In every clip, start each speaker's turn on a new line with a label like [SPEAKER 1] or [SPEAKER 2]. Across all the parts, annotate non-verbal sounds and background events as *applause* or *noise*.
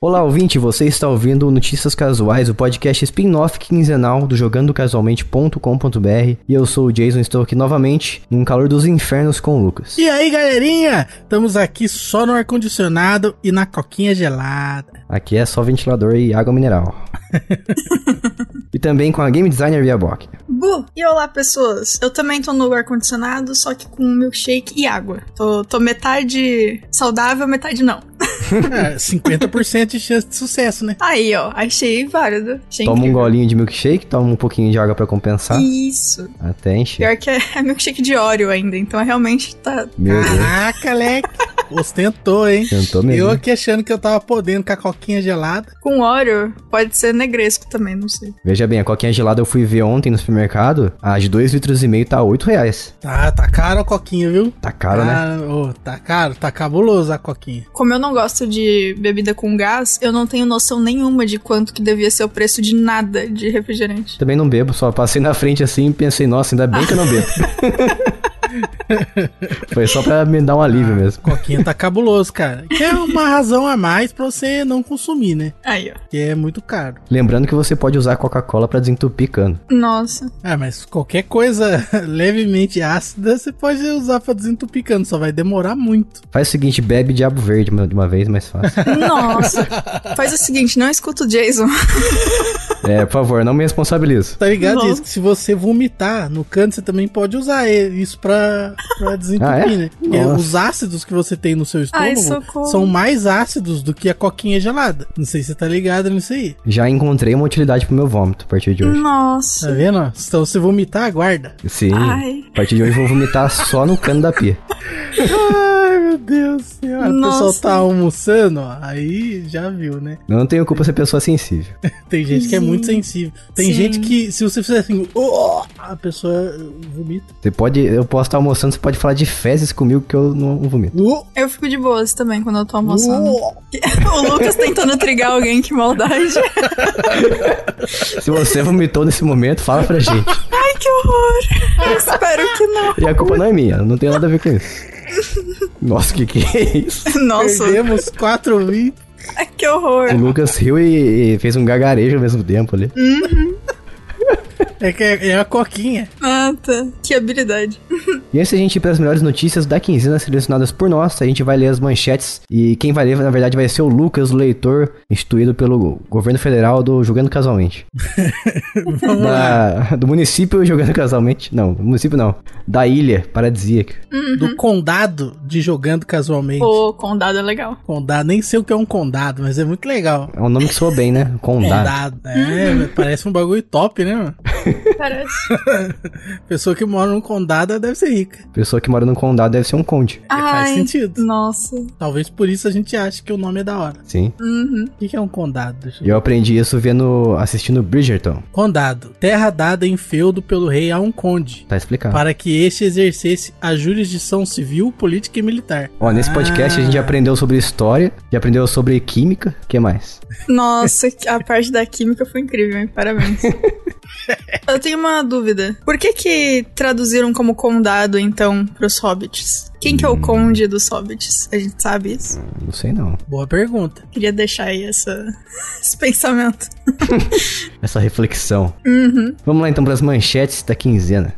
[SPEAKER 1] Olá, ouvinte, você está ouvindo Notícias Casuais, o podcast spin-off quinzenal do jogandocasualmente.com.br e eu sou o Jason, estou aqui novamente num calor dos infernos com o Lucas.
[SPEAKER 2] E aí, galerinha? Estamos aqui só no ar-condicionado e na coquinha gelada.
[SPEAKER 1] Aqui é só ventilador e água mineral. e também com a game designer Bia Bock.
[SPEAKER 3] Bu! E olá, pessoas! Eu também tô no ar-condicionado, só que com milkshake e água. Tô, tô metade saudável, metade não.
[SPEAKER 2] É,
[SPEAKER 1] *laughs*
[SPEAKER 2] 50% de chance de sucesso, né?
[SPEAKER 3] Aí, ó, achei válido. Achei
[SPEAKER 1] Toma um tá?
[SPEAKER 3] incrível.
[SPEAKER 1] golinho de milkshake, toma um pouquinho de água pra compensar.
[SPEAKER 3] Isso.
[SPEAKER 1] Até encher.
[SPEAKER 3] Pior que é, é milkshake de óleo ainda, então é realmente tá.
[SPEAKER 1] Meu Deus,
[SPEAKER 2] Caraca, leque! Ostentou, hein?
[SPEAKER 1] tentou mesmo.
[SPEAKER 2] Eu aqui achando Ah. que eu tava podendo com a coquinha gelada.
[SPEAKER 3] Com óleo, pode ser negresco também, não sei.
[SPEAKER 1] Veja bem, a coquinha gelada eu fui ver ontem no supermercado, a de 2 litros e meio tá 8 reais.
[SPEAKER 2] Tá, tá caro a coquinha, viu?
[SPEAKER 1] Tá caro, né?
[SPEAKER 2] ah, ô, tá caro, tá cabuloso a coquinha.
[SPEAKER 3] Como eu não gosto de bebida com gás, eu não tenho noção nenhuma de quanto que devia ser o preço de nada de refrigerante.
[SPEAKER 1] Também não bebo, só passei na frente assim e pensei, nossa, ainda bem que eu não bebo. Foi só pra me dar um alívio mesmo.
[SPEAKER 2] Coquinha tá cabuloso, cara. Que é uma razão a mais pra você não consumir, né?
[SPEAKER 3] Aí, ó.
[SPEAKER 2] Que é muito caro.
[SPEAKER 1] Lembrando que você pode usar Coca-Cola pra desentupir cano.
[SPEAKER 3] Nossa.
[SPEAKER 2] Ah, mas qualquer coisa *laughs* levemente ácida você pode usar pra desentupir cano, só vai demorar muito.
[SPEAKER 1] Faz o seguinte, bebe diabo verde uma- de uma vez, mais
[SPEAKER 3] *laughs*
[SPEAKER 1] fácil. *laughs*
[SPEAKER 3] Nossa. Faz o seguinte, não escuta o Jason.
[SPEAKER 1] É, por favor, não me responsabilizo.
[SPEAKER 2] Tá ligado
[SPEAKER 3] Não.
[SPEAKER 2] isso? Que se você vomitar no cano, você também pode usar e- isso pra, pra desentupir,
[SPEAKER 1] Ah, é?
[SPEAKER 2] né? Porque
[SPEAKER 1] Nossa.
[SPEAKER 2] os ácidos que você tem no seu
[SPEAKER 3] Ai,
[SPEAKER 2] estômago
[SPEAKER 3] socorro.
[SPEAKER 2] são mais ácidos do que a coquinha gelada. Não sei se você tá ligado nisso aí.
[SPEAKER 1] Já encontrei uma utilidade pro meu vômito a partir de hoje.
[SPEAKER 2] Tá
[SPEAKER 3] Nossa.
[SPEAKER 2] vendo? ó? Então se
[SPEAKER 1] *laughs*
[SPEAKER 2] vomitar, aguarda.
[SPEAKER 1] Sim,
[SPEAKER 3] Ai.
[SPEAKER 1] a partir de hoje eu vou vomitar só no cano da pia.
[SPEAKER 2] Ai, meu Deus do céu. A pessoa
[SPEAKER 3] Nossa.
[SPEAKER 2] tá almoçando, ó, aí já viu, né?
[SPEAKER 1] Eu não tenho culpa ser pessoa é sensível.
[SPEAKER 2] Tem gente que é muito
[SPEAKER 3] Sim.
[SPEAKER 2] sensível. Tem
[SPEAKER 3] Sim.
[SPEAKER 2] gente que, se você fizer assim, "Oh", a pessoa vomita.
[SPEAKER 1] Você pode, eu posso estar almoçando, você pode falar de fezes comigo que eu não vomito.
[SPEAKER 2] "Oh",
[SPEAKER 3] Eu fico de boas também quando eu tô almoçando.
[SPEAKER 2] "Oh".
[SPEAKER 3] *laughs* o Lucas tentando trigar alguém, que maldade.
[SPEAKER 1] Se você vomitou nesse momento, fala pra gente.
[SPEAKER 3] *laughs* Ai, que horror. Eu espero que não.
[SPEAKER 1] E a culpa não é minha, não tem nada a ver com isso. Nossa, que que é isso?
[SPEAKER 3] *laughs* Nossa,
[SPEAKER 2] Perdemos 4 mil.
[SPEAKER 3] ai, que horror.
[SPEAKER 1] O Lucas riu e, e fez um gagarejo ao mesmo tempo ali.
[SPEAKER 2] É que é, é a coquinha.
[SPEAKER 3] Mata. Ah, tá. Que habilidade.
[SPEAKER 1] E antes da gente ir para as melhores notícias da quinzena selecionadas por nós, a gente vai ler as manchetes. E quem vai ler, na verdade, vai ser o Lucas, o leitor, instituído pelo governo federal do Jogando Casualmente. Da- do município Jogando Casualmente. Não, do município não. Da ilha paradisíaca.
[SPEAKER 3] Uhum.
[SPEAKER 2] Do condado de jogando casualmente.
[SPEAKER 3] Pô, condado é legal.
[SPEAKER 2] Condado, nem sei o que é um condado, mas é muito legal.
[SPEAKER 1] É um nome que soa bem, né? Condado.
[SPEAKER 2] Condado. É,
[SPEAKER 3] Uhum.
[SPEAKER 2] parece um bagulho top, né? mano?
[SPEAKER 3] Parece.
[SPEAKER 2] Pessoa que mora num condado deve ser rica. É,
[SPEAKER 1] Pessoa que mora num condado deve ser um conde.
[SPEAKER 3] É,
[SPEAKER 2] Faz
[SPEAKER 3] Ai,
[SPEAKER 2] sentido.
[SPEAKER 3] nossa.
[SPEAKER 2] Talvez por isso a gente ache que o nome é da hora.
[SPEAKER 1] Sim.
[SPEAKER 3] Uhum.
[SPEAKER 2] O que que é um condado? Deixa eu
[SPEAKER 1] E eu aprendi isso vendo, assistindo Bridgerton.
[SPEAKER 2] Condado. Terra dada em feudo pelo rei a um conde.
[SPEAKER 1] Tá explicado.
[SPEAKER 2] Para que este exercesse a jurisdição civil, política e militar.
[SPEAKER 1] Ó, nesse
[SPEAKER 2] Ah.
[SPEAKER 1] podcast a gente aprendeu sobre história, já aprendeu sobre química, o que mais?
[SPEAKER 3] Nossa, a parte da química foi incrível, hein? *laughs* Parabéns. Eu tenho uma dúvida. Por que que traduziram como condado, então, pros hobbits? Quem que é o conde dos hobbits? A gente sabe isso?
[SPEAKER 1] Não sei não.
[SPEAKER 2] Boa pergunta.
[SPEAKER 3] Queria deixar aí essa, *laughs* esse pensamento.
[SPEAKER 1] Essa reflexão.
[SPEAKER 3] Uhum.
[SPEAKER 1] Vamos lá então para as manchetes da quinzena.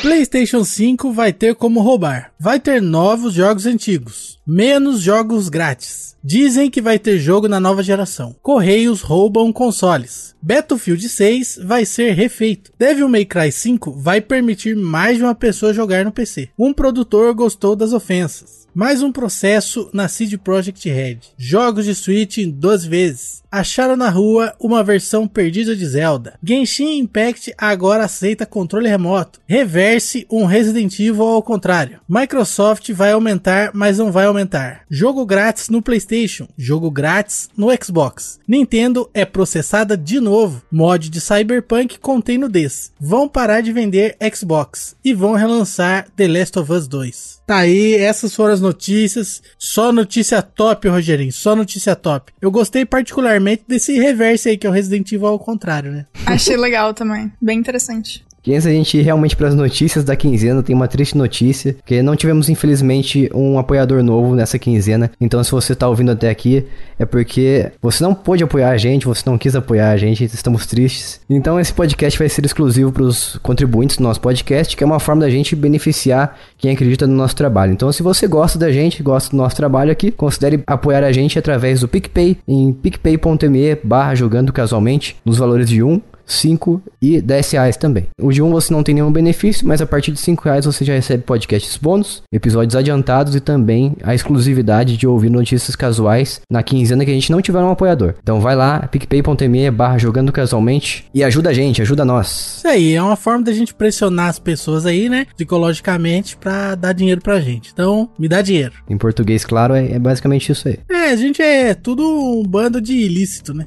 [SPEAKER 2] PlayStation 5 vai ter como roubar. Vai ter novos jogos antigos, menos jogos grátis. Dizem que vai ter jogo na nova geração. Correios roubam consoles. Battlefield 6 vai ser refeito. Devil May Cry 5 vai permitir mais de uma pessoa jogar no PC. Um produtor gostou das ofensas. Mais um processo na CD Projekt Red. Jogos de Switch em duas vezes. Acharam na rua uma versão perdida de Zelda. Genshin Impact agora aceita controle remoto. Reverse um Resident Evil ao contrário. Microsoft vai aumentar, mas não vai aumentar. Jogo grátis no PlayStation. Jogo grátis no Xbox. Nintendo é processada de novo. Mod de Cyberpunk contém nudez. Vão parar de vender Xbox e vão relançar The Last of Us 2. Tá aí, essas foram as notícias. Só notícia top, Rogerinho. Só notícia top. Eu gostei particularmente desse reverse aí, que é o Resident Evil ao contrário, né?
[SPEAKER 3] Achei legal também. Bem interessante.
[SPEAKER 1] Que antes a gente ir realmente para as notícias da quinzena, tem uma triste notícia, que não tivemos infelizmente um apoiador novo nessa quinzena. Então se você tá ouvindo até aqui, é porque você não pôde apoiar a gente, você não quis apoiar a gente, estamos tristes. Então esse podcast vai ser exclusivo para os contribuintes do nosso podcast, que é uma forma da gente beneficiar quem acredita no nosso trabalho. Então se você gosta da gente, gosta do nosso trabalho aqui, considere apoiar a gente através do PicPay em picpay.me barra jogando casualmente nos valores de 1 5 e 10 reais também. O de 1 você não tem nenhum benefício, mas a partir de 5 reais você já recebe podcasts bônus, episódios adiantados e também a exclusividade de ouvir notícias casuais na quinzena que a gente não tiver um apoiador. Então vai lá, picpay.me barra jogando casualmente e ajuda a gente, ajuda nós.
[SPEAKER 2] Isso aí, é uma forma da gente pressionar as pessoas aí, né? Psicologicamente, pra dar dinheiro pra gente. Então, me dá dinheiro.
[SPEAKER 1] Em português, claro, é, é basicamente isso aí.
[SPEAKER 2] É, a gente é tudo um bando de ilícito, né?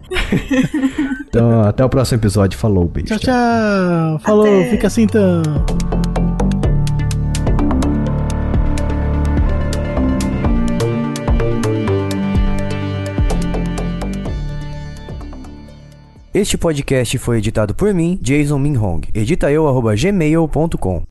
[SPEAKER 1] Então *laughs* até o próximo episódio, falou, beijo.
[SPEAKER 2] Tchau, tchau. Falou,
[SPEAKER 3] Até.
[SPEAKER 2] fica assim então.
[SPEAKER 1] Este podcast foi editado por mim, Jason Minhong. Edita eu, arroba gmail.com.